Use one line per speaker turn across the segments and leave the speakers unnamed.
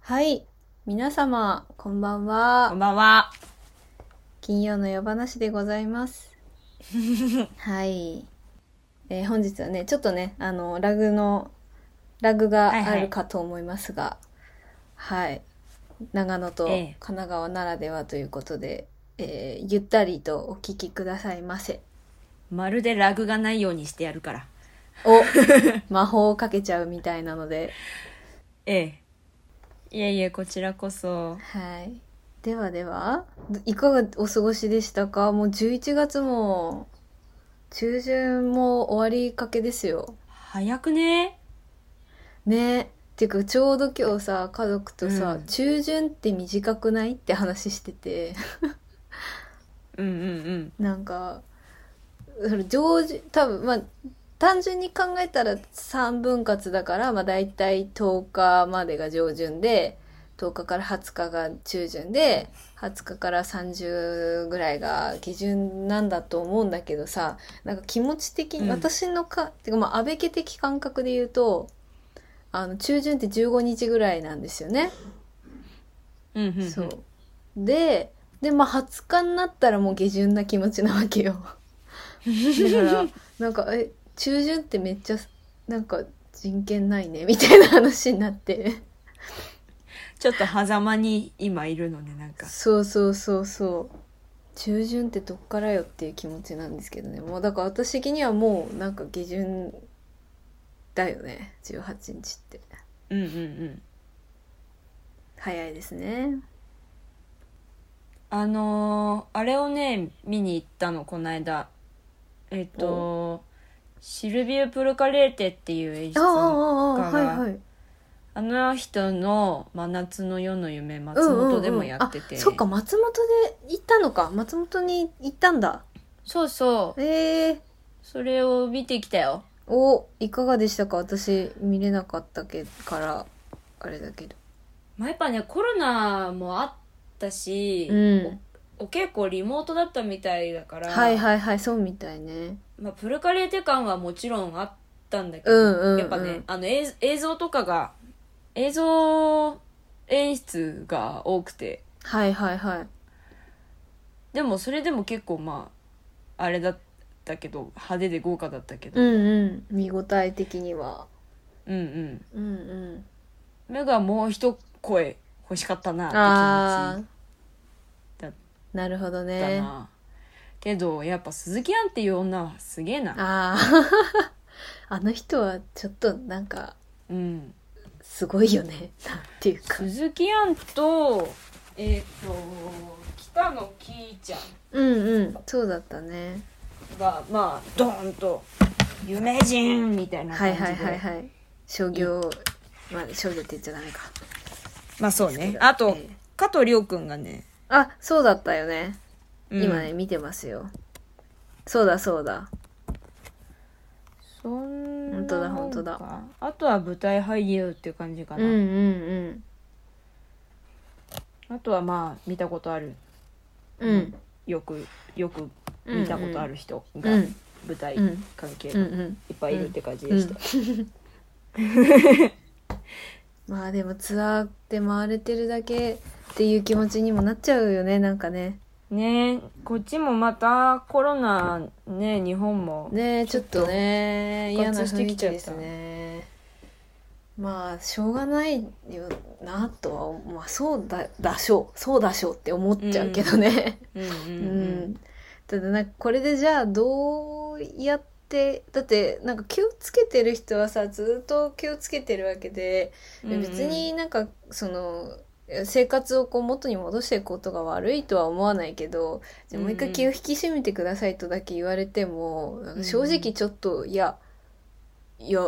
はい。皆様、こんばん
こん
は。
ばんは。
金曜の夜話でござい ます。はい。えー本日はね、ちょっとね、あの、ラグの、ラグが
はいは
あ
い
るかと思いますが、はい、長野と
え
神
え
奈川ならではということで、えーゆったりとお聞きくださいま せ。
まるでラグがないようにしてやるから。
お、魔法をかけちゃうみたいなので、
ええ。いえいえ、こちらこそ。
はい。ではでは、どいかがお過ごしでしたかもう11月も、中旬も終わりかけですよ。
早くね。
ねていうか、ちょうど今日さ、家族とさ、
うん
中旬って短くないって話してて、
うんうん
なんか、その上旬、多分、まあ、単純に考えたら3分割だから、まあ大体10日までが上旬で、10日から20日が中旬で、20日から30ぐらいが基準なんだと思うんだけどさ、なんか気持ち的に、
うん
私のか、てかまあ安倍家的感覚で言うと、あの中旬って15日ぐらいなんですよね。
うん。うんうん、
そう。で、で、まあ、20日になったらもう下旬な気持ちなわけよ。 だから、なんか、え、中旬ってめっちゃ、なんか、人権ないね、みたいな話になって。
ちょっと狭間に今いるのね、なんか。
そうそうそうそう。中旬ってどっからよっていう気持ちなんですけどね。もう、だから私的にはもう、なんか下旬だよね。18日って。
うんうんうん。
早いですね。
あのーあれをね、見に行ったの、こないだ。えっと、シルビュー・プルカレーテっていう演出
ああ、
の、
ああ、ああはい
が
はい。
あの人の真夏の夜の夢、松本でもやってて。
うんうんうんあそっか、松本で行ったのか。松本に行ったんだ。
そうそう。
ええ
それを見てきたよ。
お、いかがでしたか私、見れなかったけから、あれだけど。
まあ、やっぱねコロナもあったし、
うん。
お稽古リモートだったみたいだから、
はいはいはい、そうみたいね。
まあ、プルカレーテ感はもちろんあったんだけ
う
ど、
んうん、うん。
やっぱねあの映映像とかが映像演出が多くて
はいはいはい。
でもそれでも結構まああれだったけど派手で豪華だったけど、
うんうん。見応え的には。
うんうん
うんうん。
目がもう一声欲しかったなって気
あ
持ちだっ
なるほど
だ
ね。
な、けどやっぱ鈴木杏っていう女はすげえな
ああ。 あの人は、ちょっと、なんか、
うん
すごいよね。なんていうか。
鈴木杏とえっ、と北野きいちゃん
うんうん。そうだったね。
がまあドーンと有名人みたいな
は
感
い
じで、
はいはいはい。商業、まあ、商業って言っちゃダメか。
まあそうねあと
ええ
加藤亮君がね、
あ、そうだったよね。
うん
今ね、見てますよ。そうだそうだ。
そんな
ほんとだほんとだ
もかあとは舞台俳優っていう感じか
うん
な、
うんうん。
あとはまあ見たことある
うん。
よくよく見たことある人が
うん
舞台
うん
関係
うんう
いっ
ん。
ぱいいるって感じでした、
まあでもツアーで回れてるだけっていう気持ちにもなっちゃうよね、なんかね。
ねえこっちもまたコロナね日本も
ねえ、ちょっとね、
復
嫌な
活
雰
して
囲気
きちゃった
ですね。まあ、しょうがないよなとは、まあそうだ、だしょう、そうだしょうって思っちゃうけどね。
うんう ん
う
うん
ん、ただなんかこれでじゃあどうやってだってなんか気をつけてる人はさずっと気をつけてるわけで、
うんうん
別になんかその生活をこう元に戻していくことが悪いとは思わないけどじゃあもう一
うん
回
うん
気を引き締めてくださいとだけ言われても、なんか正直ちょっといやいや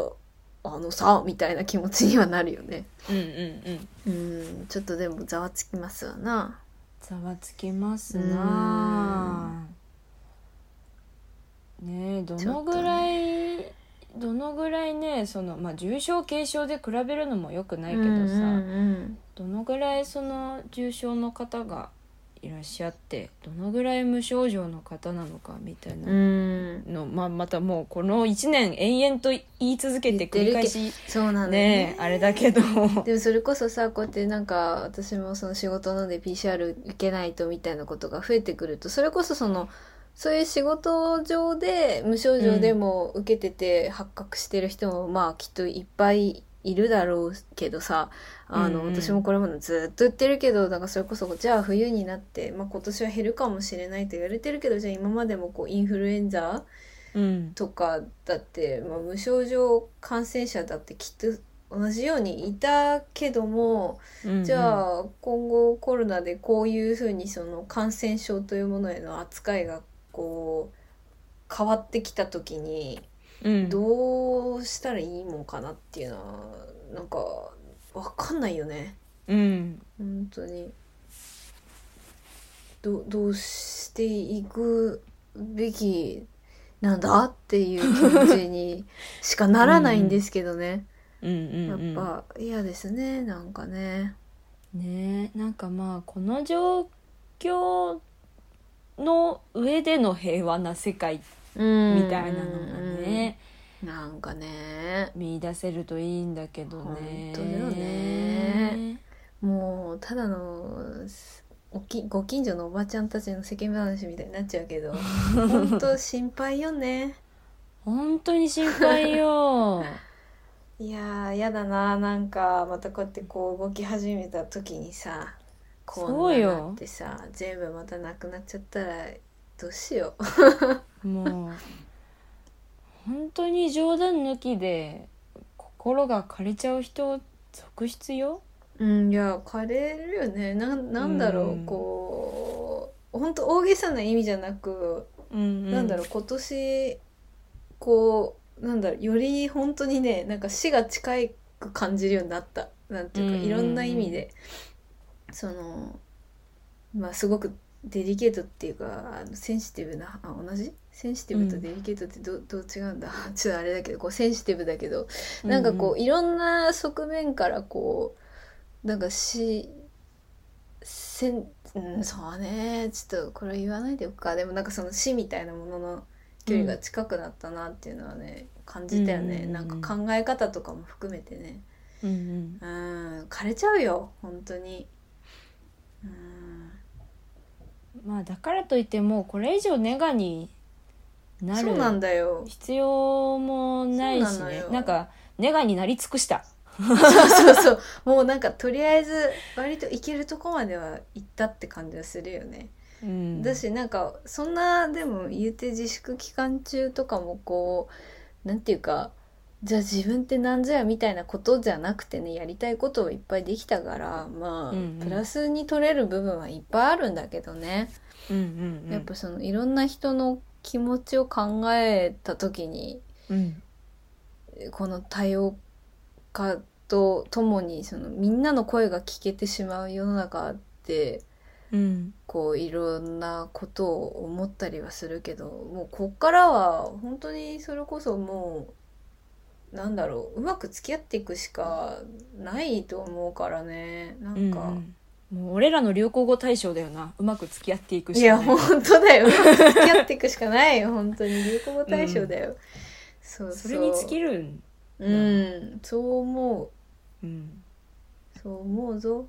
あのさみたいな気持ちにはなるよね。
うんうんうん
うん、ちょっとでもざわつきますわな。
ざわつきますなあねえどのぐらい、どのぐらいねそのまあ重症軽症で比べるのもよくないけどさ、
うんうんうん
どのぐらいその重症の方がいらっしゃってどのぐらい無症状の方なのかみたいな
うん
の、まあ、またもうこの1年延々と言い続けて繰り返し
そうなんだよね
ねあれだけ ど
でもそれこそさこうやってなんか私もその仕事なんで PCR 受けないとみたいなことが増えてくるとそれこそそのそういう仕事上で無症状でも受けてて発覚してる人もまあきっといっぱいいるだろうけどさあの、
うんうん
私もこれまでずっと言ってるけどだからそれこそじゃあ冬になって、まあ、今年は減るかもしれないと言われてるけどじゃあ今までもこうインフルエンザ
うん
とかだって、まあ、無症状感染者だってきっと同じようにいたけども、じ
あ
ゃあ今後コロナでこういうふうにその感染症というものへの扱いがこう変わってきた時にどうしたらいいもんかなっていうのはなんかわかんないよね
うん
本当にどどうしていくべきなんだっていう気持ちにしかならないんですけどね、
うんうんうん
やっぱ嫌ですねなんかね
ねえなんかまあこの状況の上での平和な世界
うん
みたいなのがね、
なんかね
見出せるといいんだけどね
本当よねもうただのおきご近所のおばちゃんたちの世間話みたいになっちゃう けど本当心配よね
本当に心配よ
いやーやだななんかまたこうやってこう動き始めた時にさこ
そう
う
よ
なってさ全部またなくなっちゃったらどうしよう
もう本当に冗談抜きで心が枯れちゃう人続出よ
うん いや枯れるよねなんなんだろう、
うん
こう本当大げさな意味じゃなく、
うん
なんだろう今年こうなんだろうより本当にねなんか死が近いく感じるようになったなんていうか、
うん
いろんな意味でそのまあすごくデリケートっていうかあのセンシティブなあ同じセンシティブとデリケートってど,、うどう違うんだ ちょっとあれだけどこうセンシティブだけどなんかこういろんな側面からこうなんかしせん、うん、そうねちょっとこれ言わないでおくかでもなんかその死みたいなものの距離が近くなったなっていうのはね感じたよ
うんうん
ね、
うん
なんか考え方とかも含めてね
うん、うん
うん枯れちゃうよ本当にうん
うん、まあだからといってもうこれ以上ネガにな
そ
る
うなんだ よ
必要もない
そ
し
うなの
ね
よ
なんかネガになり尽くした
そうそうそうもうなんかとりあえず割と行けるとこまでは行ったって感じはするよね
うん
だしなんかそんなでも言うて自粛期間中とかもこうなんていうかじゃあ自分ってなんぞやみたいなことじゃなくてねやりたいことをいっぱいできたからまあ、
うんうん
プラスに取れる部分はいっぱいあるんだけどね、
うんうんうん
やっぱそのいろんな人の気持ちを考えた時に
うん
この多様化とともにそのみんなの声が聞けてしまう世の中って
うん
こういろんなことを思ったりはするけどもうこっからは本当にそれこそもうなんだろううまく付き合っていくしかないと思うからねなんか、
うんうんもう俺らの流行語大賞だよなうまく付き合っていく
い
か
や
ね
本当だようまく付き合っていくしかないよ本当に流行語大賞だよ、そうそう
それに尽きるん
うんそう思
うん
うそう思うぞ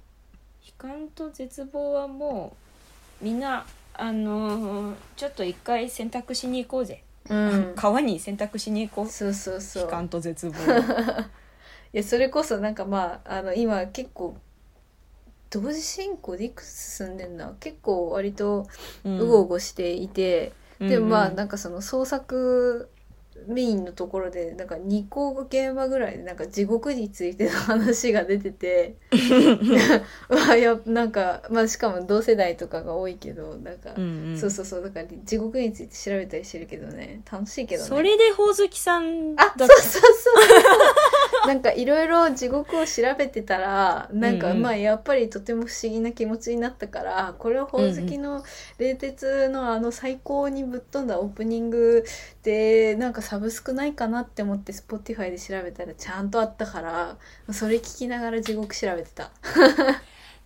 悲観と絶望はもうみんなあのーちょっと一回洗濯しに行こうぜ、
うん
川に洗濯しに行こう
そうそうそう
悲観と絶望
いやそれこそなんかまああの今結構同時進行でいくつ進んでんな結構割と
うん
うごうごしていて、
うん
でもまあ
うん
なんかその創作メインのところでなんか2個現場ぐらいでなんか地獄についての話が出て て まあいやなんか、まあ、しかも同世代とかが多いけどなんか、
うんうん
そうそうそうだから地獄について調べたりしてるけどね楽しいけどね。
それでほおずきさん
あ、そう
っけ
そうそうそう。 なんかいろいろ地獄を調べてたら、なんか
うんうん
まあやっぱりとても不思議な気持ちになったから、これはほおずきの冷徹のあの最高にぶっ飛んだオープニングで、なんかサブスクないかなって思って Spotify で調べたらちゃんとあったから、それ聞きながら地獄調べてた。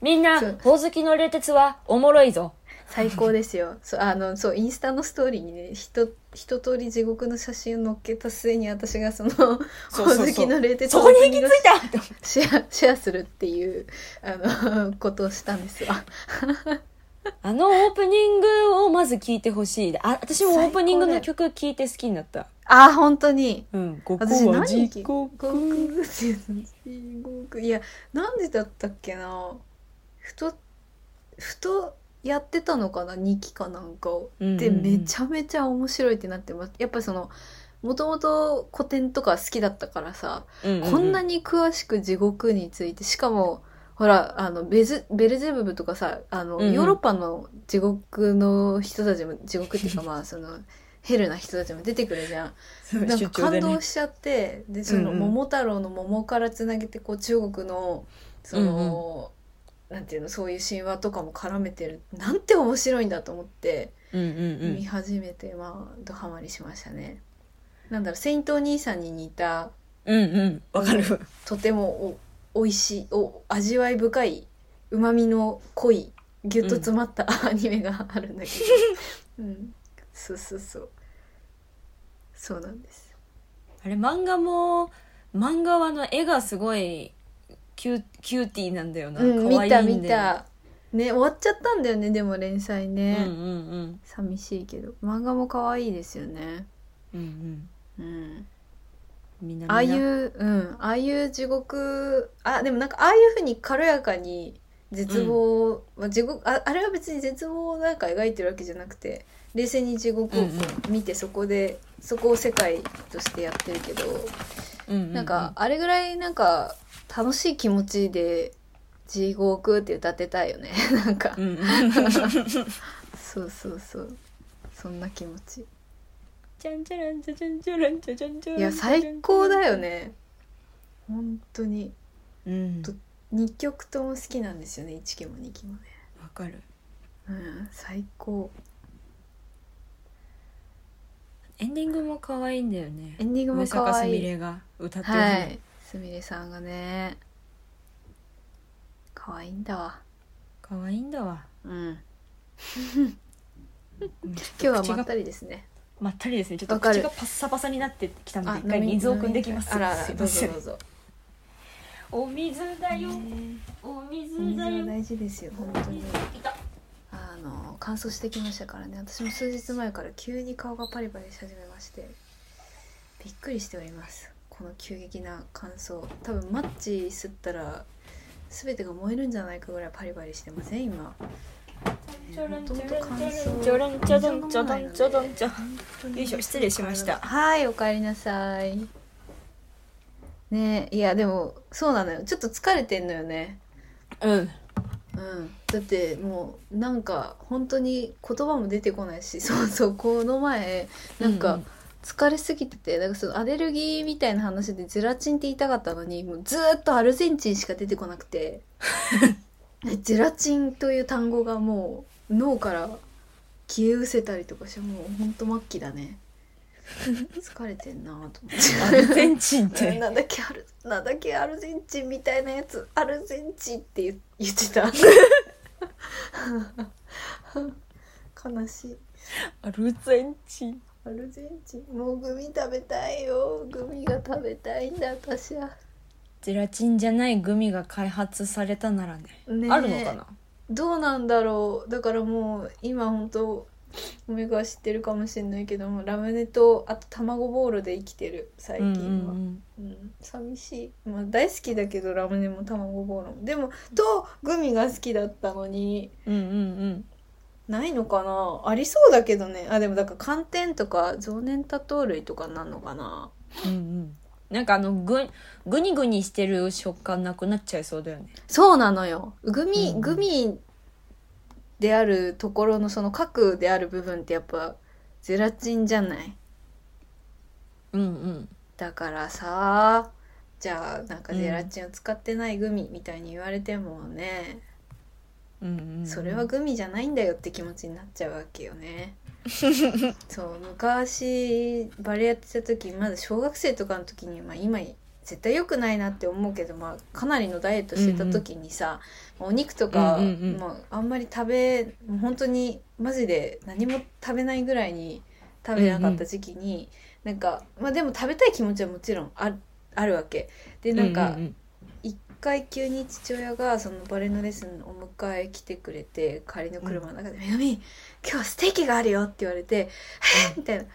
みんな
そう
ほおずきの冷徹はおもろいぞ
最高です よそうあのそうインスタのストーリーにねひと一通り地獄の写真を載っけた末に私がその
そ
ほお
うそう
ず
そ
きの
う
冷徹
そこに行き着いたって思って
シェアシェアするっていうあの ことをしたんですわ
あのオープニングをまず聞いてほしいあ私もオープニングの
最
曲聞いて好きになった
あー本当に
うんここ
私
は
何
地
聞
獄
国地獄いやなんでだったっけなふとふとやってたのかな2期かなんかを。でめ
ゃ
ちゃめちゃ面白いってなってますやっぱそのもともと古典とか好きだったからさ、こんな
に
に詳しく地獄についてしかもほらあのベズベルゼブブとかさあの、
うんうん
ヨーロッパの地獄の人たちも地獄って いうかまあそのヘルな人たちも出てくるじゃん。なんか感動しちゃってでその
うんうん
桃太郎の桃からつなげてこう中国のその、なんていうのそういう神話とかも絡めてるなんて面白いんだと思って。
うんうんうん
見始めて、まあ、ドハマりしましたね。なんだろう、セイントお兄さんに似た、
うんうんわかる
とてもお、美味しい、お、味わい深い、旨味の濃い、ぎゅっと詰ま ったアニメがあるんだけど。うん。そうそうそう。そうなんです。
あれ漫画も漫画はあの絵がすごいキュキューティーなんだよな、
うん、
可
見
愛
た
いん
見
だよ
た。ね、終わっちゃったんだよね、でも連載ね。
うんうんうん
寂しいけど。漫画も可愛いですよね。
うん
う
うん
ん。
みんなみんな
ああいう、うん、ああいう地獄、あ、でもなんかああいうふうに軽やかに絶望、まあ地獄あ、あれは別に絶望をなんか描いてるわけじゃなくて、冷静に地獄をこ
うん
う見てそこで、そこを世界としてやってるけど、
うんうんうん
なんかあれぐらいなんか楽しい気持ちで地獄って歌ってたいよね。 なんか
う、んうん
そうそうそう。そんな気持ち。
ちゃんちゃらんちゃちゃんちゃらんちゃちゃんちゃらん
いや、最高だよね。本当に。
うん
2曲とも好きなんですよね1期も2期もね
わかる
うん最高
エンディングも可愛いんだよね
エンディングも
上
可
坂す
愛
み
い
れが歌ってる、
はいすみれさんがね可愛いんだわ
可愛いんだわ
うん
今
今日はまったりですね
まったりですねちょっと
わか
口
る
がパッサパサになってきたの
あ
で一回
飲み
水を汲んできます
あらあら
すい
ど
ま
う
せ
ぞ
ん
どうぞ
お水だよ
ね
お
お
水
水
だ
は
よ
大事ですよ本当に
いた
あの乾燥してきましたからね私も数日前から急に顔がパリパリし始めましてびっくりしておりますこの急激な乾燥多分マッチ吸ったら全てが燃えるんじゃないかぐらいパリパリしてません今
もともと乾燥
ちょろんちょろんちょろんちょろんちょ
よいしょ失礼しました
はいおかえりなさいねえいやでもそうなのよちょっと疲れてんのよね
うん
うん、だってもうなんか本当に言葉も出てこないし そうそうこの前なん
う
か
ん
疲れすぎてて、なんかそのアレルギーみたいな話でゼラチンって言いたかったのにもうずーっとアルゼンチンしか出てこなく てゼラチンという単語がもう脳から消え失せたりとかしてもう本当末期だね 疲れてんなと思って
アルゼンチンっ
うん
て
なんだっけアルなんだっけアルゼンチンみたいなやつアルゼンチンって言言ってた悲しい
アルゼンチン
アルゼンチンもうグミ食べたいよグミが食べたいんだ私は、
ゼラチンじゃないグミが開発されたならね
ねえ
あるのかな
どうなんだろうだからもう今本当おめが知ってるかもしれないけどもラムネとあと卵ボールで生きてる最
う
近
ん
は。
うん
うん、寂しい、まあ、大好きだけどラムネも卵ボーロもでもとグミが好きだったのに
うんうんうん
ないのかなありそうだけどねあでもだから寒天とか増粘多糖類とかなんのかな
うんうんなんかあのぐぐにぐにしてる食感なくなっちゃいそうだよね
そうなのよグミ、
うん
グミであるところのその核である部分ってやっぱゼラチンじゃない
うんうん
だからさじゃあなんかゼラチンを使ってないグミみたいに言われてもね、
うんうん
それはグミじゃないんだよって気持ちになっちゃうわけよ ねそう昔バレエやってた時まだ小学生とかの時に、まあ、今絶対良くないなって思うけど、まあ、かなりのダイエットしてた時にさ、お肉と
う
か
んうんうん
もうあんまり食べもう本当にマジで何も食べないぐらいに食べなかった時期に、なんか、まあ、でも食べたい気持ちはもちろんああるわけでなんか、
うん
一回急に父親がそのバレエのレッスンお迎え来てくて帰りの車の中で「めぐみ今日はステーキがあるよ」って言われて 「えみたいな。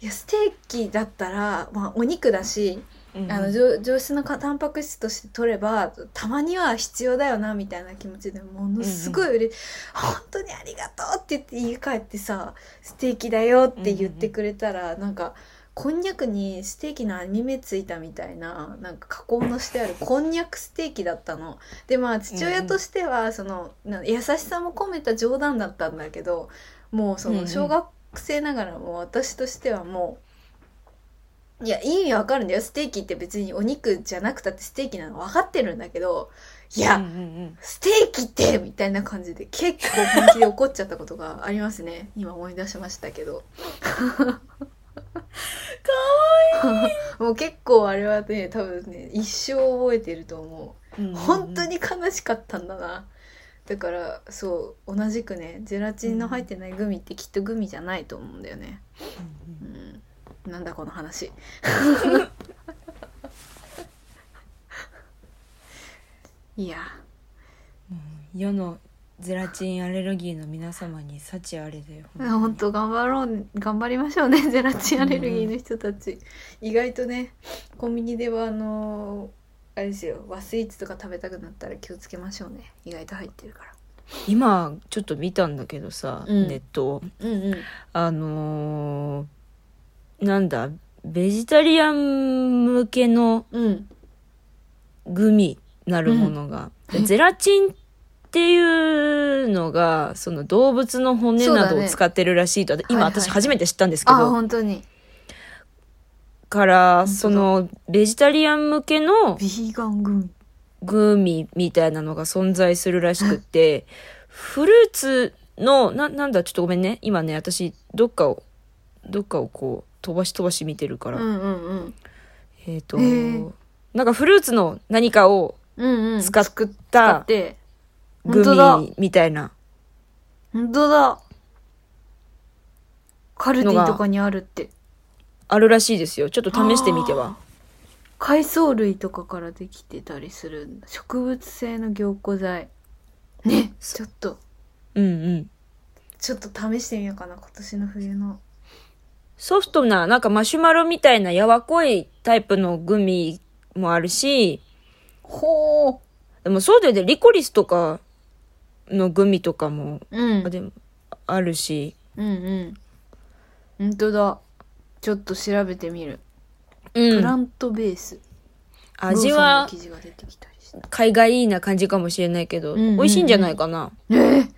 いやステーキだったら、まあ、お肉だし、
うんうん、
あの上上質なかタンパク質として取ればたまには必要だよなみたいな気持ちでものすごい嬉、本当にありがとうって言って家帰ってさステーキだよって言ってくれたら、なんかこんにゃくにステーキの網目ついたみたいななんか加工のしてあるこんにゃくステーキだったの。でまあ父親としてはその、な優しさも込めた冗談だったんだけどもうそ
うんう
の
ん
小学生ながらも私としてはもう。いや意味わかるんだよステーキって別にお肉じゃなくたってステーキなの分かってるんだけどいや、
うんうん
ステーキってみたいな感じで結構本気で怒っちゃったことがありますね今思い出しましたけどかわいいもう結構あれはね多分ね一生覚えてると思
うんうん
うん
う、
本当に悲しかったんだなだからそう同じくねゼラチンの入ってないグミってきっとグミじゃないと思うんだよね
うんうん
うんなんだこの話 いや
うん世のゼラチンアレルギーの皆様に幸あれだよ
本当頑張ろう頑張りましょうねゼラチンアレルギーの人たち、意外とねコンビニではあのあれですよ和スイーツとか食べたくなったら気をつけましょうね意外と入ってるか
今ちょっと見たんだけどさ、
うん
ネットを
らうんうん
あのーなんだベジタリアン向けの
うん
グミなるものが、
うん
ゼラチンっていうのがその動物の骨な
そ
ど
うだ
を
ね
使ってるらしいと、今
はいはい
私初めて知ったんですけ
あ
ど
本当に
から
だ
そのベジタリアン向けの
ビーガングミ
グミみたいなのが存在するらしくて、フルーツの、な、なんだ、ちょっとごめんね。今ね、私、どっかを、どっかをこう、飛ばし飛ばし見てるか
う
ら。
んうんうん
えっ、と、
へー
なんかフルーツの何かを
うんうん
使っ
作ったて
グ
本当だ
ミみたいな。
本当だカルディとかにあるって
あるらしいですよ。ちょっと試してみては。
海藻類とかからできてたりするんだ植物性の凝固剤ねちょっと
うんうん。
ちょっと試してみようかな今年の冬の
ソフトな、なんかマシュマロみたいな柔らこいタイプのグミもあるし、
ほう
でもそうだよね、リコリスとかのグミとかも、
うん
あでも、あるし。
うんうん本当だちょっと調べてみる、
う
プラ
ん。
ントベース
味
ローソンの
は
生地が出てきたりして
海外いいな感じかもしれないけど、
うんうんうん
美味しいんじゃないかな。
えー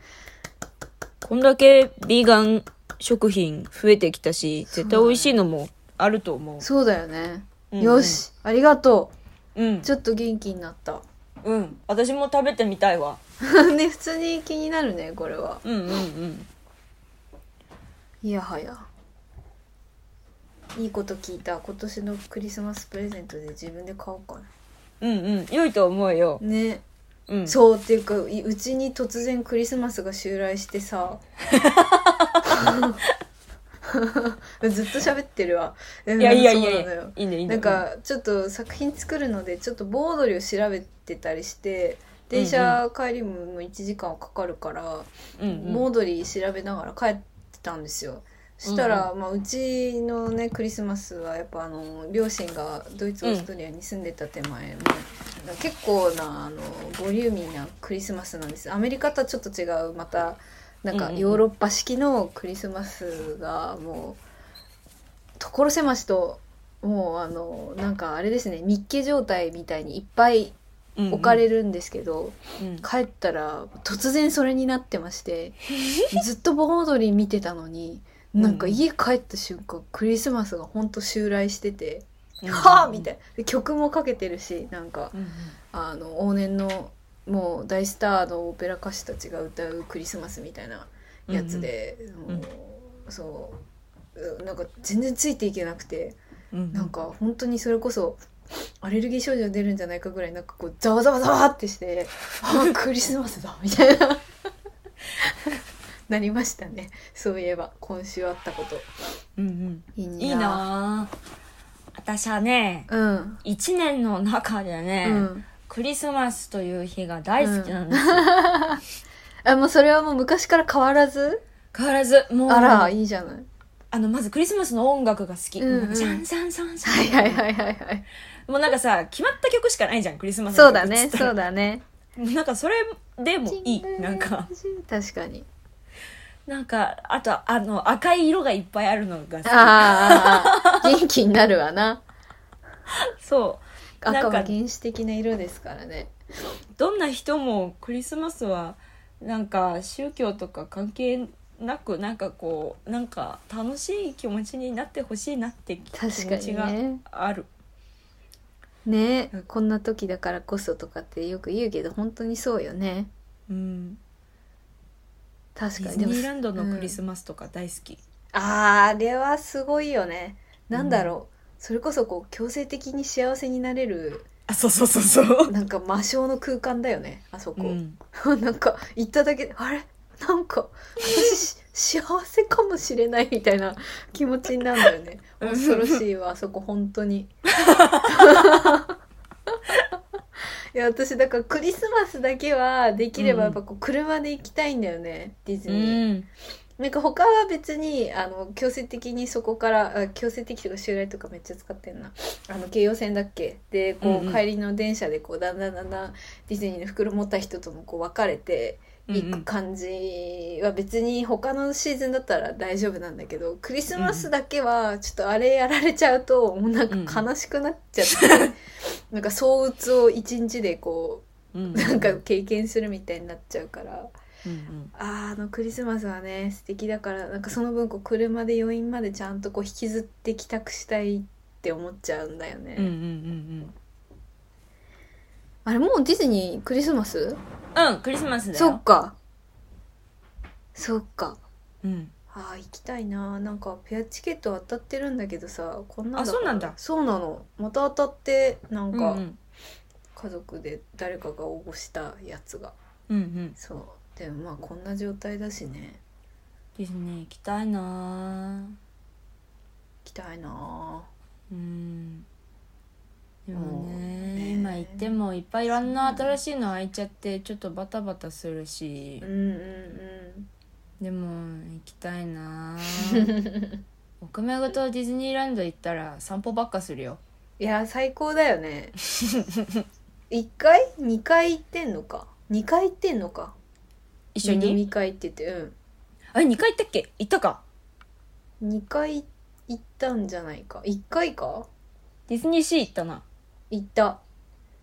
こんだけビーガン食品増えてきたし、絶対美味しいのもあると思う。
そうだよね、
うんうん
よ。しありがと
うん
う。ちょっと元気になった
うん。私も食べてみたいわ。
ね普通に気になるねこれは
うんうんうん。
いやはやいいこと聞いた今年のクリスマスプレゼントで自分で買おうか
うんうん。良いと思うよ。
なね、
うん。
そうっていうかいうちに突然クリスマスが襲来して さずっと喋ってるわい
いやいやいや
そう
い
なのよ
や。いいねいい
な
ね。
んかちょっと作品作るのでちょっと盆踊りを調べてたりして電車帰りももう1時間はかかるから、
うん、うん
盆踊り調べながら帰ってたんですよ。そしたら、うまあ、うちのねクリスマスはやっぱあの両親がドイツオ
うん
ーストリアに住んでた手前、もう結構なあのボリューミーなクリスマスなんですアメリカとはちょっと違うまたなん
うん
か
うんうん
ヨーロッパ式のクリスマスがもう所狭しともうあのなんかあれですね密閉状態みたいにいっぱい
うんうん
置かれるんですけど、
うん
帰ったら突然それになってましてずっと盆踊り見てたのになんか
うん
家帰った瞬間クリスマスがほんと襲来してて「
うん
はあ!」みたいなで曲もかけてるしなんか
うんうん
あの往年のもう大スターのオペラ歌手たちが歌うクリスマスみたいなやつで、
うん
もうそううんなんか全然ついていけなくて。
うんうん。
なんか本当にそれこそアレルギー症状出るんじゃないかぐらいなんかこうざわざわざわってして「あクリスマスだ」みたいな なりましたねそういえば今週あったこと
うん
いい
うん
ない
いなぁ私はね
うん、
1年の中でね、
うん、
クリスマスという日が大好きなんです、
あもうそれはもう昔から変わらず
変わらずもう
あらいいじゃない
あのまずクリスマスの音楽が好き、
うんうん
なんかシャンシャンシャンシャン
はいはいはいはいはい
もうなんかさ決まった曲しかないじゃんクリスマスの
そうだ
曲っつ
ね
った
そ
ら
うだね
もうなんかそれでもいいなんか
確かに
なんかあとあの赤い色がいっぱいあるのがさ
ああ 元気になるわな
そなん
赤
か
は原始的な色ですからね
うどんな人もクリスマスはなんか宗教とか関係なくなんかこうなんか楽しい気持ちになってほしいなって気
確か
持ち
に
が
ね
ある、
ね
うん
こんな時だからこそとかってよく言うけど本当にそうよね
うん、デ
確か
ィ
に
ズニーランドのクリ
マス、
スマスとか大好き、
うんあーあれはすごいよねなんだろう、それこそこう強制的に幸せになれる
あそうそうそうそう、
なんか魔性の空間だよねあそこ、
うん、
なんか行っただけであれなんか私し幸せかもしれないみたいな気持ちになるんだよね
うん
恐ろしいわあそこ本当にいや私だからクリスマスだけはできればやっぱこう車で行きたいんだよね、ディズ
う
ニー、
ん
なんか他は別にあの強制的にそこからあ強制的とか襲来とかめっちゃ使ってんなあの京葉線だっけでこう、
うんうん
帰りの電車でこうだんだんだんだんディズニーの袋持った人ともこう別れていく感じは別に他のシーズンだったら大丈夫なんだけどクリスマスだけはちょっとあれやられちゃうともうなんか悲しくなっちゃって、 なんか相うつを一日でこ
うんうん
うなんか経験するみたいになっちゃうから。
うんうん
あーあのクリスマスはね素敵だからなんかその分こう車で余韻までちゃんとこう引きずって帰宅したいって思っちゃうんだよね、
うんうんうん
あれもうディズニークリスマス
うんうんクリスマスだよ
そっかそっか
うん、
あー行きたいななんかペアチケット当たってるんだけどさこんなんだから
あそうなんだ
そうなのまた当たってなん
うんう
か
ん
家族で誰かが応募したやつが
うんうん
そうでもまあこんな状態だしね
ディズニー行きたいな
行きたいな
うんでもね
ね
今行ってもいっぱいいろんな新しいの開いちゃってちょっとバタバタするし
うんうんうん
でも行きたい なお米ごとディズニーランド行ったら散歩ばっかするよ
いや最高だよね 一回二回行ってんのか二回行ってんのか
一緒
飲
に
み会行っててうん
あれ2回行ったっけ行ったか
二回行ったんじゃないか一回か
ディズニーシー行ったな
行った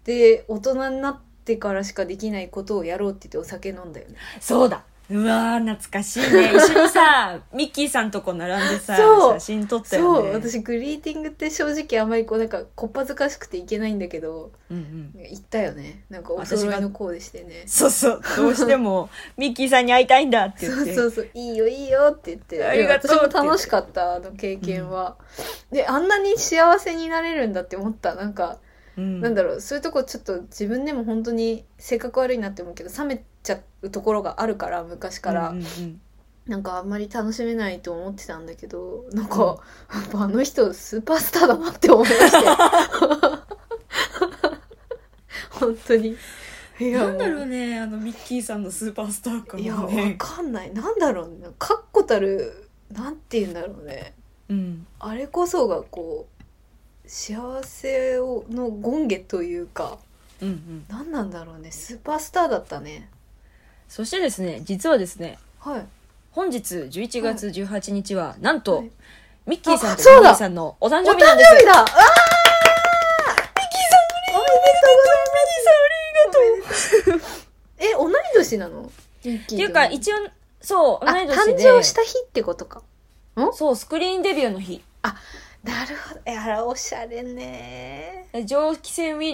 で大人になってからしかできないことをやろうって言ってお酒飲んだよね
そうだうわー懐かし いね一緒にさミッキーさんとこ並んでさ
そう
写真撮った
そ
よ
う
ね
私グリーティングって正直あんまりこうなんかこっぱずかしくていけないんだけど
うんうん
行ったよねなんかお揃いのコーデしてね
そうそうどうし てもミッキーさんに会いたいんだって言っ
そう
て
そうそういいよいいよって言って
ありがとう
でも私も楽しかったあの経験は、であんなに幸せになれるんだって思ったなんか、
うん
なんだろうそういうとこちょっと自分でも本当に性格悪いなって思うけど冷めちゃうところがあるから昔から、
うんうんうん
なんかあんまり楽しめないと思ってたんだけどなんか、やっぱあの人スーパースターだなって思いまして 本当にいや
なんだろうねあのミッキーさんのスーパースター感
いや、
も
わ
ね
かんない。なんだろうね。確固たる、なんて言うんだろうね。
うん
あれこそがこう、幸せをの権下というか、
うんうん
なんなんだろうね。スーパースターだったね。
そしてですね実はですね
はい。
本日11月18日は、なんと、
はい
ミッキーさん
あ
と
そうだ
ミッキーさんのお誕
お
生
誕
日なんです
生日だあーおめでとうございますえ、同い年なのって
っていうか一応そう同
あ、
い年で
誕生した日ってことか。
そうスクリーンデビューの日
なるほど。え、あら、おしゃれね。
蒸気船ウィ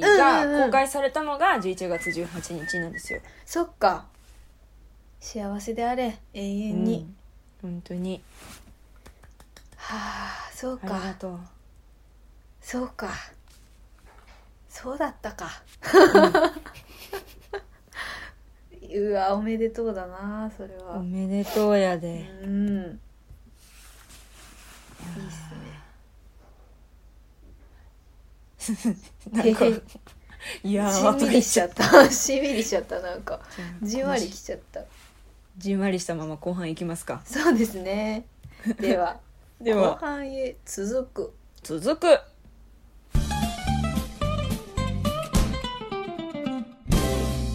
うんうん
ー
う
が
ん
公開されたのが11月18日なんですよ、
そっか。幸せであれ、永遠に。
うん本当に
はあ、そう
ありが
か。
とう
そうか。そうだったか。 うわ、おめでとうだな、それ
お
は。
めでとうや
う
で。
ん。いいっすね。
なんか
へへ、
い やー、
しんみりしちゃ った。しんみりしちゃった、なんか。じんわりきちゃった。
じんわりしたまま後半いきますか。
そうですね。では、
で
後
は、
半へ続く。
続く。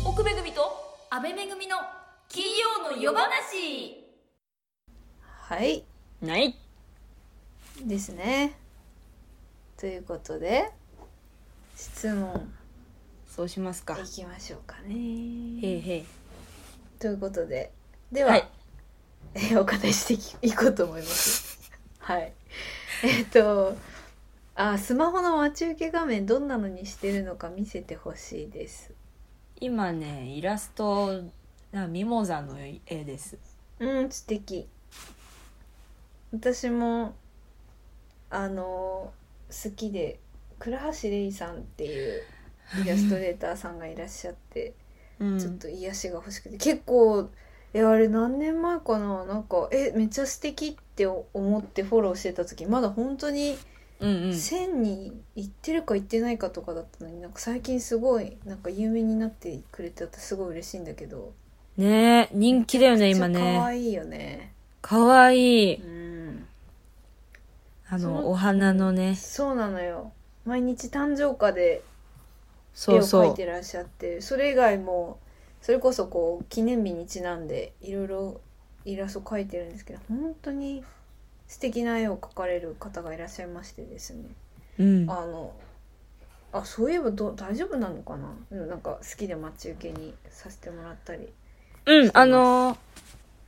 奥めぐみと安倍めぐみの金曜の夜話
はい。
ない。
ですね。ということで、質問
そうしますか
い。きましょうか
へい
ね。
へい。
ということで、では、
はい。
えーお答えしていこうと思います。はい。えっと、あ、スマホの待ち受け画面どんなのにしてるのか見せてほしいです。
今ね、イラスト、なミモザの絵です。
うん、素敵。私も、あの、好きで、倉橋レイさんっていうイラストレーターさんがいらっしゃって、
うん
ちょっと癒しが欲しくて、結構、え、あれ何年前かななんか、え、めっちゃ素敵って思ってフォローしてた時、まだ本当に、
うんうん。
線に行ってるか行ってないかとかだったのになんか最近すごいなんか有名になってくれて私すごい嬉しいんだけど
ねえ人気だよね、
めっち
今
ゃ可
ね。
愛いよね
かわいい。
うん
あ
そ
の、
の
お花のね。
そうなのよ毎日誕生花で絵
そ
を
うそ
描いうて。らっしゃってそれ以外もそれこそこう記念日にちなんでいろいろイラスト描いてるんですけど本当に素敵な絵を描かれる方がいらっしゃいましてですね
うん。
あのあそういえばど大丈夫なのかなうんなんか好きで待ち受けにさせてもらったり
うん、あのー、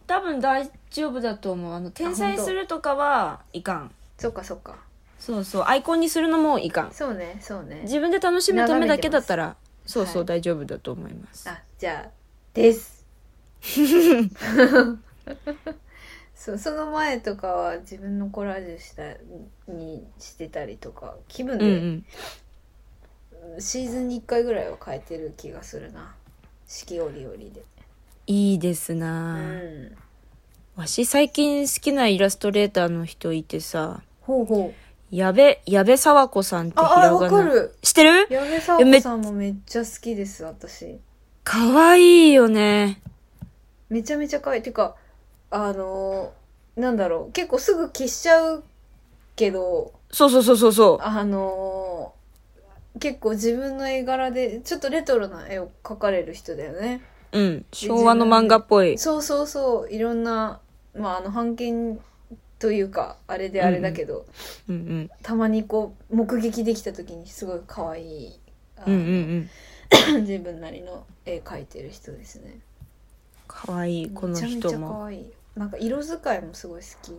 多分大丈夫だと思う。あの、転
あ本
載
当
するとかはいかん。
そっかそっか
そうそう。アイコンにするのもいかん。
そうねそうね
自分で楽しむためだけだったら、
す
そうそう、
はい
大丈夫だと思います。
あじゃあですそうその前とかは自分のコラージュしたにしてたりとか気分
うんう
で、
ん。
シーズンに1回ぐらいは変えてる気がするな四季折々で
いいです
う
なあ、
ん
わし最近好きなイラストレーターの人いてさ、
ほうほう
矢部、矢部沢子さんってひ
ああ
ら
わ
が
か
な。
る
知ってる
矢部さんさんもめっちゃ好きです私
かわいいよね。
めちゃめちゃ可愛いてかあのーなんだろう結構すぐ消しちゃうけど
そうそうそうそうそ
あのー結構自分の絵柄でちょっとレトロな絵を描かれる人だよね
う。うん。昭和の漫画っぽい。
そうそうそういろんなまああの版権というかあれであれだけど、
うんうん。
たまにこう目撃できた時にすごい可愛いあ
うんう
の
んうん。
自分なりの絵描いてる人ですね
かわいい、この
めちゃめち
人
ゃ
も。
可愛いなんか色使いもすごい好き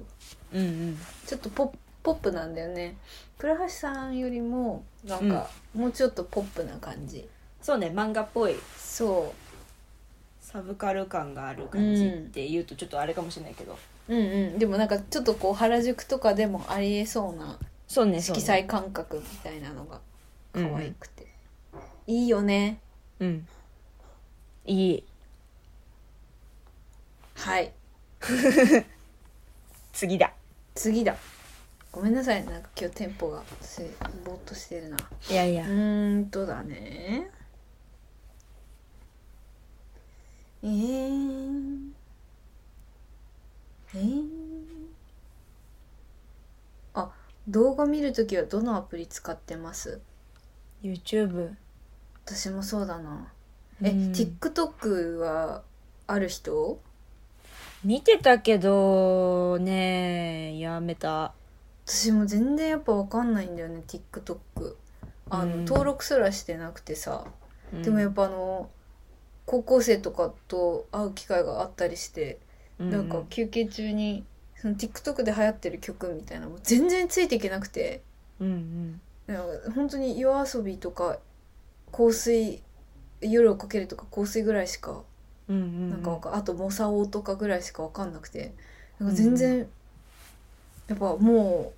うんうん。
ちょっとポッポップなんだよね倉橋さんよりもなんか、もうちょっとポップな感じ
そうね、漫画っぽい。
そ
サブカル感がある感じって言うとちょっとあれかもしれないけど、
ううんうんでもなんかちょっとこう原宿とかでもありえそうな
そうねそう
色
ね
彩感覚みたいなのが可愛
い、
くて、いいよね
うんうんいい
はい
次だ
次だごめんなさいなんか今日テンポが私ぼーっとしてるない
やいうや
ーんとだねえー、えー、あ動画見るときはどのアプリ使ってます
YouTube
私もそうだなえ、
うん
TikTok はある人
見てたけどねやめた
私も全然やっぱわかんないんだよね TikTok あの、
うん
登録すらしてなくてさ
うん
でもやっぱあの高校生とかと会う機会があったりして
う
なんか休憩中にその TikTok で流行ってる曲みたいなのも全然ついていけなくて
うんうん
なんか本当に夜遊びとか香水夜をかけるとか香水ぐらいしか
うんうん
なんかわかあとモサオとかぐらいしかわかんなくてなんか全然やっぱも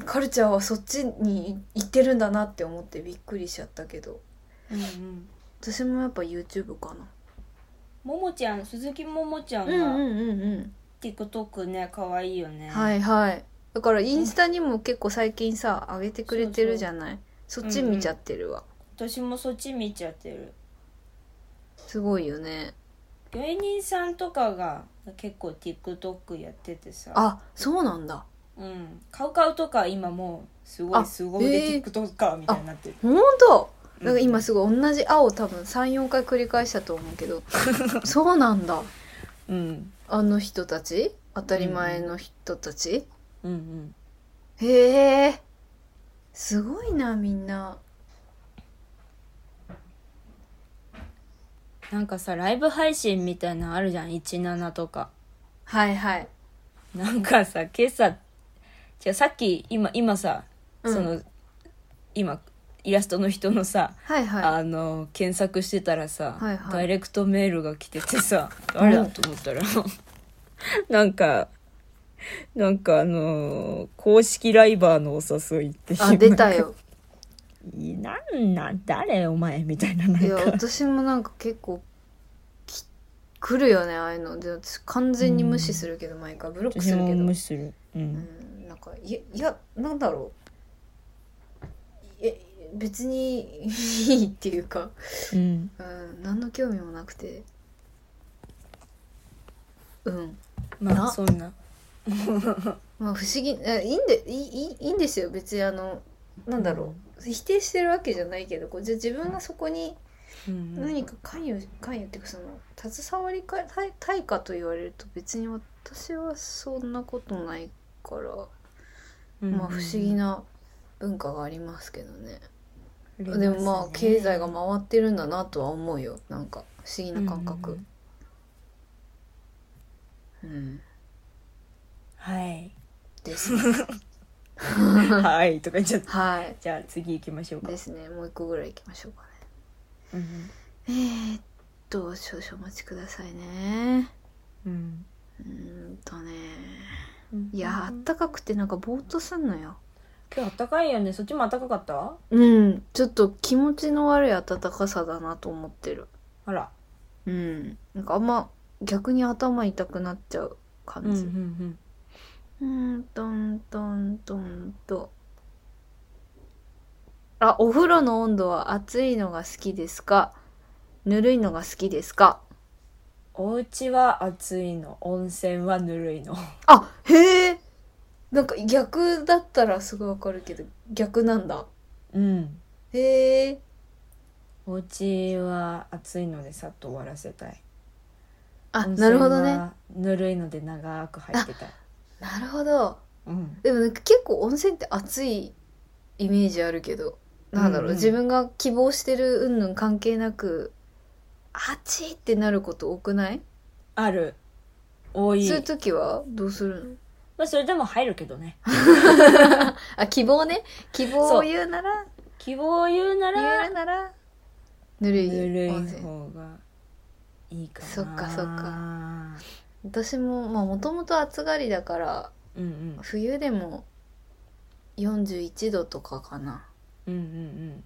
うカルチャーはそっちに行ってるんだなって思ってびっくりしちゃったけど
うんうん
私もやっぱ YouTube かな
ももちゃん鈴木ももちゃん
うんうん
が
うんうん
TikTok ね可愛いよね
はいはいだからインスタにも結構最近さ上げてくれてるじゃないそっち見ちゃってるわ、
私もそっち見ちゃってる
すごいよね
芸人さんとかが結構 TikTok やっててさ
あそうなんだ
うんカウカウとか今もうすご
あ
いすごい
え
で
ー
TikToker みたいになってる
ほんと
うん
なんか今すごい同じ「青多分34回繰り返したと思うけ どそうなんだ
うん
あの人たち当たり前の人たち、
うんうん
へえすごいなみんな
なんかさライブ配信みたいなのあるじゃん17とか
はいはい
なんかさ今朝じゃさっき今今さ、
うん
その今イラストの人のさ、
はいは
あの検索してたらさ、
はいはい
ダイレクトメールが来て てさあれだと思ったら なんかなんかあのー公式ライバーのお誘いってい
いうあ出たよ
なんかなんなん誰お前みたいななん
いや
か
私もなんか結構き来るよねああいうので私完全に無視するけど毎回ブロックする
私
けど
も
う
無
ん
視するうん
なんかいやいやなんだろういや別にいいっていうか、
うん
うん、何の興味もなくてうん
まあ
な
そんな
まあ不思議えいいんでいいいいいんですよ別にあのなんだろう、否定してるわけじゃないけどこうじゃあ自分がそこに
うんうん
何か関与関与っていうかその携わりか対対価と言われると別に私はそんなことないから、
うん
まあ不思議な文化がありますけどね、
ありすね
でもまあ経済が回ってるんだなとは思うよなんか不思議な感
う
覚
ん
うん、
はい
ですね
はいとか言っちゃった
はい
じゃあ次行きましょうか
ですねもう一個ぐらい行きましょうかね
うん
えー、っと少々お待ちくださいね
うん
うーんとね
うん
いやーあったかくてなんかぼーっとすんのよ
今日暖かいよねそっちも暖かかった
うんちょっと気持ちの悪い暖かさだなと思ってる
あら
うんなんかあんま逆に頭痛くなっちゃう感じ
ん
うーんとんとんとんとあお風呂の温度は熱いのが好きですかぬるいのが好きですか
お家は暑いの温泉はぬるいの
あへえなんか逆だったらすごいわかるけど逆なんだ
うん
へえ
お家は暑いのでさっと終わらせたい
あな
温泉
るほどね
はぬるいので長く入ってたい
なるほど
うん
でもなんか結構温泉って暑いイメージあるけどなんだろう、
うんうん
自分が希望してる云々関係なく暑いってなること多くない
ある多い
そういう時はどうするの
まあそれでも入るけどね
あ希望ね希望を言うなら
希望を言うな
言
ら
えるならぬるい
ぬるい
温泉
方がいいかな
そっかそっ
か
私もまあもともと暑がりだから
うんうん
冬でも41度とかかな
うん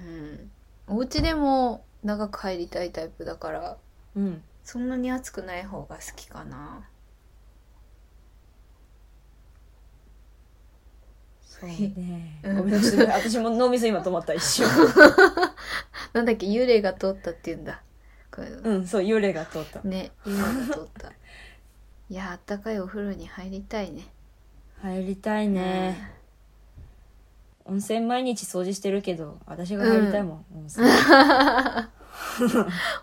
うん
うんお家でも長く入りたいタイプだから
うんうん
そんなに暑くない方が好きかな。
そうね
うん
ごめんちょっと私も脳みそ今止まった一瞬
なんだっけ幽霊が通ったって言うんだ。これ
うん、そう、幽霊が通った。
ね幽霊が通った。いやあったかいお風呂に入りたいね。
入りたいね。温泉毎日掃除してるけど、私が入りたいもん。温泉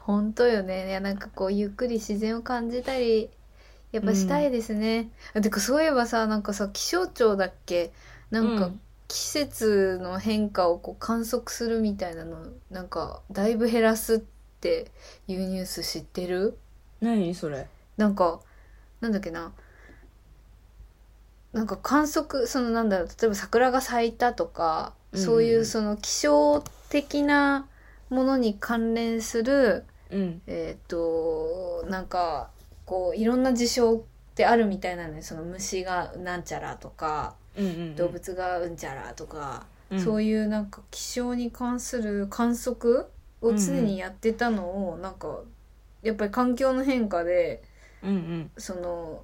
本当よね。いやなんかこうゆっくり自然を感じたりやっぱしたいですね。あてかそういえばさなんかさ気象庁だっけなん
う
か
ん
季節の変化をこう観測するみたいなのなんかだいぶ減らすっていうニュース知ってる？
何それ。
なんかなんだっけななんか観測そのなんだろう例えば桜が咲いたとか、
うん
そういうその気象的なものに関連する
うん。
えっ、となんかこういろんな事象ってあるみたいなのよその虫がなんちゃらとか
うんうんうん
動物がうんちゃらとか、
うん
そういうなんか気象に関する観測を常にやってたのを、なんかやっぱり環境の変化で
うんうん
その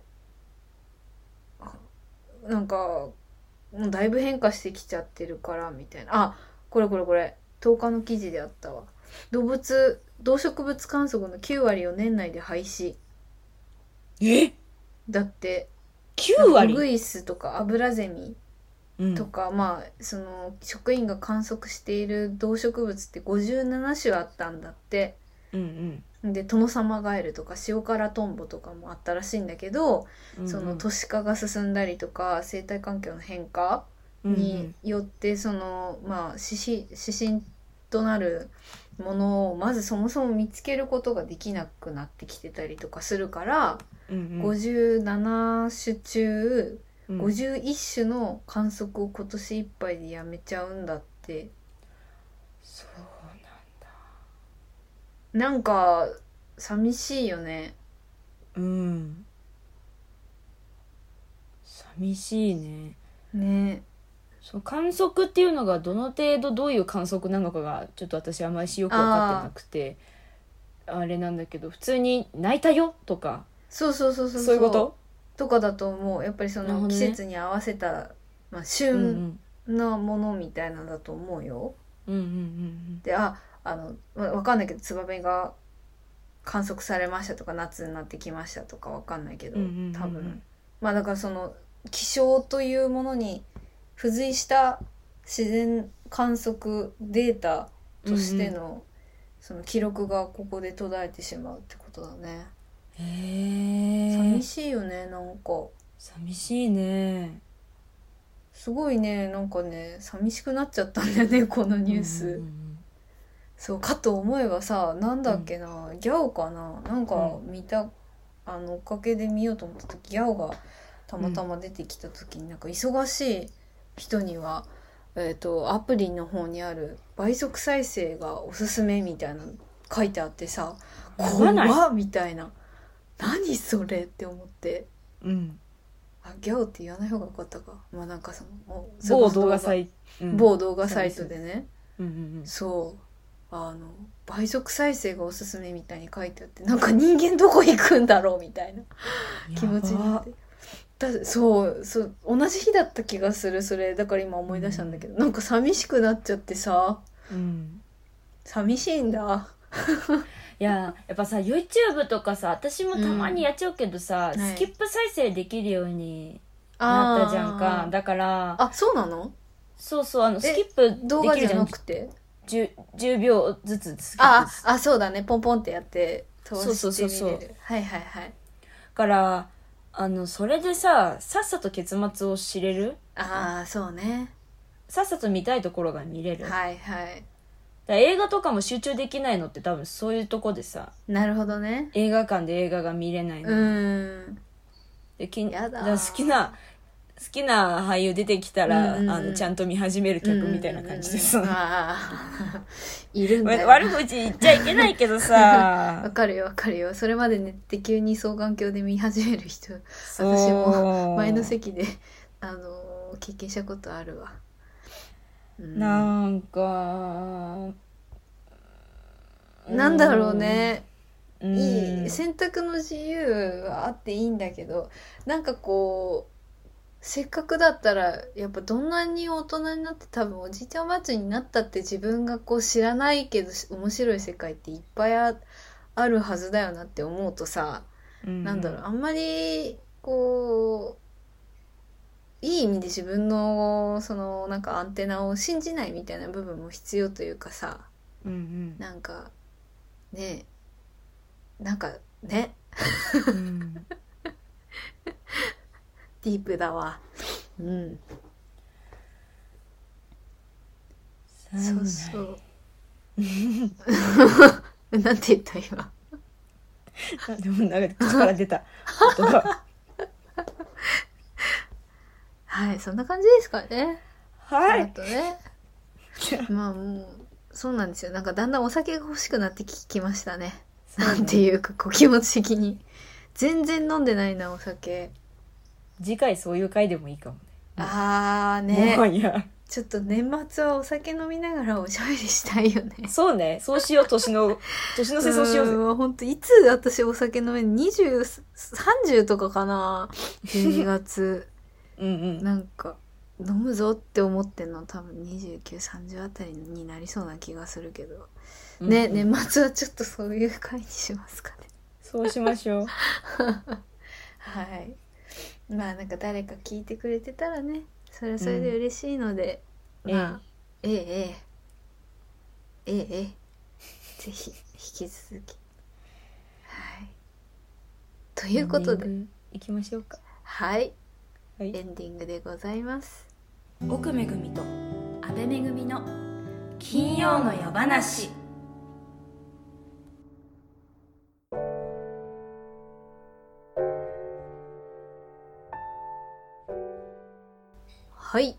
なんかもうだいぶ変化してきちゃってるからみたいなあこれこれこれ10日の記事であったわ動物動植物観測の9割を年内で廃止
え
だって
9
ウグ
割
イスとかアブラゼミ
うん
とか、まあその職員が観測している動植物って57種あったんだって
うん
でトノサマガエルとか塩辛トンボとかもあったらしいんだけど、
うん
その
年
都市化が進んだりとか生態環境の変化によってその、まあ指針指針となるものをまずそもそも見つけることができなくなってきてたりとかするから、57種中51種の観測を今年いっぱいでやめちゃうんだって
そう
なんか寂しいよね
なんうん寂しいね
ね
その観測っていうのがどの程度どういう観測なのかがちょっと私あんまりよく分かってなくてあれなんだけど普通に「泣いたよ」とか
そうそうそうそう
そういうこと
とかだと思うやっぱりそ
なる
の
ほど
季
ね
節に合わせた、まあ、
うんう
旬
ん
なものみたいなんだと思うよ。
うんうんうん
でああのわわかんないけどツバメが観測されましたとか夏になってきましたとかわかんないけど
うんうんうんうん
多分まあだからその気象というものに付随した自然観測データとしての、その記録がここで途絶えてしまうってことだね。
へえ
寂しいよねなんか
寂しいね
すごいねなんかね寂しくなっちゃったんだよねこのニュース。
うんうん
そうかと思えばさなんだっけな、ギャオかななんか
う
見た、あの追っかけで見ようと思った時ギャオがたまたま出てきた時になんか忙しい人には、えー、とアプリの方にある倍速再生がおすすめみたいなの書いてあってさ
読まない
怖っみたいな何それって思って
うんうん
あギャオって言わない方がよかったかまあなんかその
某動画サ
イ
イト
某動画サイトでね
うんうん
そうあの倍速再生がおすすめみたいに書いてあってなんか人間どこ行くんだろうみたいな
うん
気持ちになってだそうそう同じ日だった気がするそれだから今思い出したんだけど、なんか寂しくなっちゃってさ
うん
寂しいんだ
いややっぱさ YouTube とかさ私もたまにやっちゃうけどさ、
うんはい
スキップ再生できるように
あー
なったじゃんかだから
あそうなの
そうそうあの
え
スキップ
動
で
画
き
じ
るじ
ゃ
ゃ
なんくて
10, 10秒ずつスキッ
あ
プする
あそうだねポンポンってやって通して見れる
そうそうそうそう
はいはいはい
からあのそれでささっさと結末を知れる
ああそうね
さっさと見たいところが見れる、だか
はいはい
ら映画とかも集中できないのって多分そういうとこでさ
なるほどね
映画館で映画が見れないうの、
ーん
できん
やだー
から好きな好きな俳優出てきたら、
うんうんうん
あのちゃんと見始める曲みたいな感じでさ、
うんうんうんうんあー いるんだ
わ
よ。
悪口言っちゃいけないけど
わ
さ
かるよわかるよ。それまで寝て急に双眼鏡で見始める人、
私
私も前の席で、あのー経験したことあるわ。うん
なんか
なんだろうね。
うん
いい選択の自由はあっていいんだけどなんかこうせっかくだったらやっぱどんなに大人になって多分おじいちゃんおばあちゃんになったって自分がこう知らないけどし面白い世界っていっぱいああるはずだよなって思うとさ、
うん
なんだろうあんまりこういい意味で自分のそのなんかアンテナを信じないみたいな部分も必要というかさ、
うんうん
なんかねえなんかね
うん
ディープだわうんそうそう なんて言った今
なんでもなんか口から出た言 葉
はいそんな感じですかね
は
あ
い
とねまあもうそうなんですよなんかだんだんお酒が欲しくなってききましたねなんていうかこう気持ち的に全然飲んでないなお酒
次回そういう回でもいいかもうん
あー
ね。
ね
もはや。
ちょっと年末はお酒飲みながらおしゃべりしたいよね
そうね。そうしよう、年の、年の瀬そうしようぜ。
本当いつ私お酒飲める20 30とかかな12月
うんうん。
なんか飲むぞって思ってんの多分2930あたりになりそうな気がするけど、ね
うんうん。
年末はちょっとそういう回にしますかね
そうしましょう。
はいまあなんか誰か聞いてくれてたらねそれはそれで嬉しいので、
うん
まあ、ええええええええぜひ引き続きはいということで
エンディング行きましょうか。
はい
はい
エ。ンディングでございます。
奥めぐみと阿部めぐみの金曜の夜話
はい。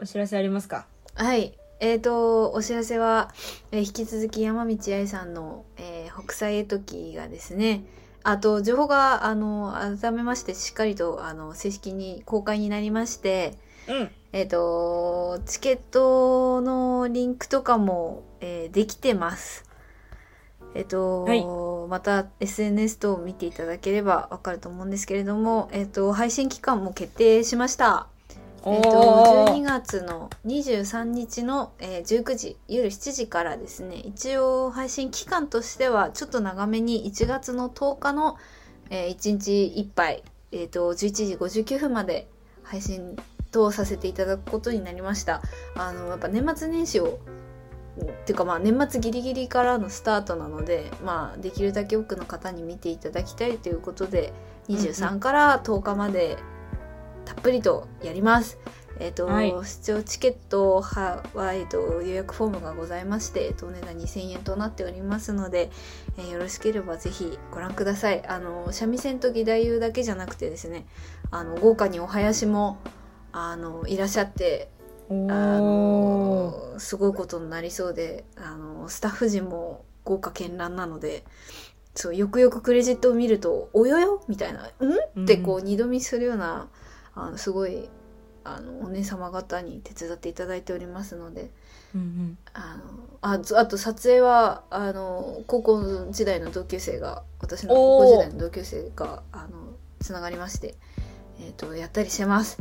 お知らせありますか
はい。えー、と、お知らせは、えー引き続き山道愛さんの、えー北斎絵解きがですね、あと、情報が、あの、改めまして、しっかりと、あの、正式に公開になりまして、
うん。
えっ、と、チケットのリンクとかも、えーできてます。えっ、と、
はい
また SNS 等を見ていただければわかると思うんですけれども、えっ、と、配信期間も決定しました。えっと12
ー。
月の23日の、えー19時夜7時からですね一応配信期間としてはちょっと長めに1月の10日の、え1日1杯、えー、と11時59分まで配信とさせていただくことになりましたあのやっぱ年末年始をっていうかまあ年末ギリギリからのスタートなので、まあ、できるだけ多くの方に見ていただきたいということで23から10日までたっぷりとやります。えっ、と、
はい
視聴チケットは、はえっと予約フォームがございまして、えっとお値段2000円となっておりますので、えーよろしければぜひご覧ください。あの三味線と義太夫だけじゃなくてですね、あの豪華にお囃子もあのいらっしゃって
お
あ
ー。
のすごいことになりそうであのスタッフ陣も豪華絢爛なのでそうよくよくクレジットを見ると「およよ?」みたいな「ん?」ってこう二度見するようなあのすごいあのお姉様方に手伝っていただいておりますので
うん。うん
あのあずあと撮影はあの高校時代の同級生が私の高校時代の同級生があのつながりまして、えー、とやったりしてます。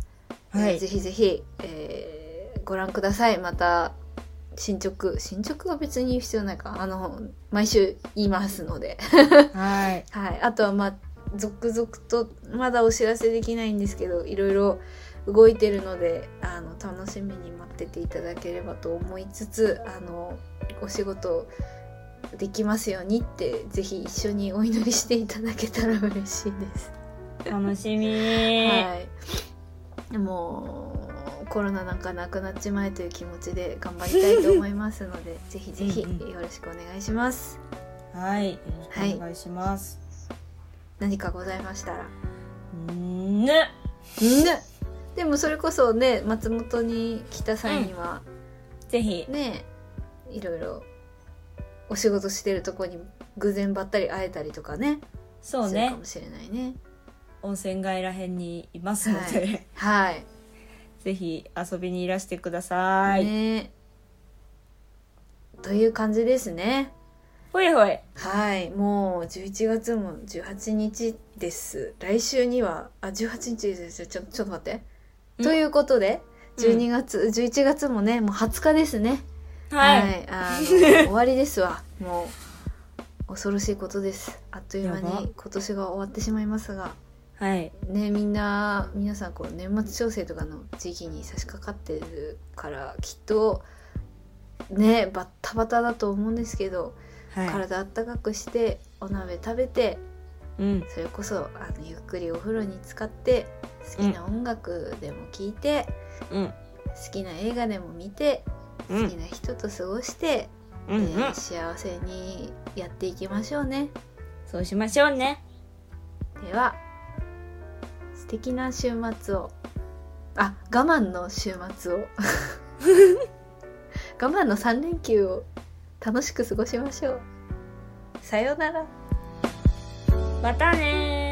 うん。は
えー
い
ぜ。ひぜひ、えーご覧くださいまた進捗進捗は別に言う必要ないかあの毎週言いますので、
はい。
はい、あとはまあ続々とまだお知らせできないんですけどいろいろ動いてるのであの楽しみに待ってていただければと思いつつあのお仕事できますようにってぜひ一緒にお祈りしていただけたら嬉しいです。
楽しみ
はい、もうコロナなんかなくなっちまえという気持ちで頑張りたいと思いますのでぜひぜひよ
うんうん
ろしくお願いします。
はい。よろしくお願いします。
何かございましたら。
ね。
ね、でもそれこそね松本に来た際には
ぜひ。
ね、いろいろお仕事してるとこに偶然ばったり会えたりとかね
そう
するか
ね
も。しれないね。
温泉街らへんにいますので、
はい、
ぜひ遊びにいらしてください。
ねという感じですね。
ほいほい。
はい、もう11月も18日です。来週には、あ、18日ですよ。ちょ、ちょっと待って。
ん
ということで、
うん
12月、11月もね、もう20日ですね。
はい。
あの終わりです わ。もう、恐ろしいことです。あっという間
やば
に今年が終わってしまいますが、
はい。
ね、みんな、皆さん、こう、年末調整とかの時期に差し掛かってるから、きっと、ね、バッタバタだと思うんですけど、
は
体あったかくしてお鍋食べて
い。うん。
それこそあのゆっくりお風呂に浸かって好きな音楽でも聴いて、
うん。
好きな映画でも見て
う
好き
ん。
な人と過ごして、
うん。
え
う
ー
ん。
幸せにやっていきましょうね。
そうしましょうね。
では素敵な週末をあ我慢の週末を 我慢の3連休を楽しく過ごしましょう。さようなら。
またねー。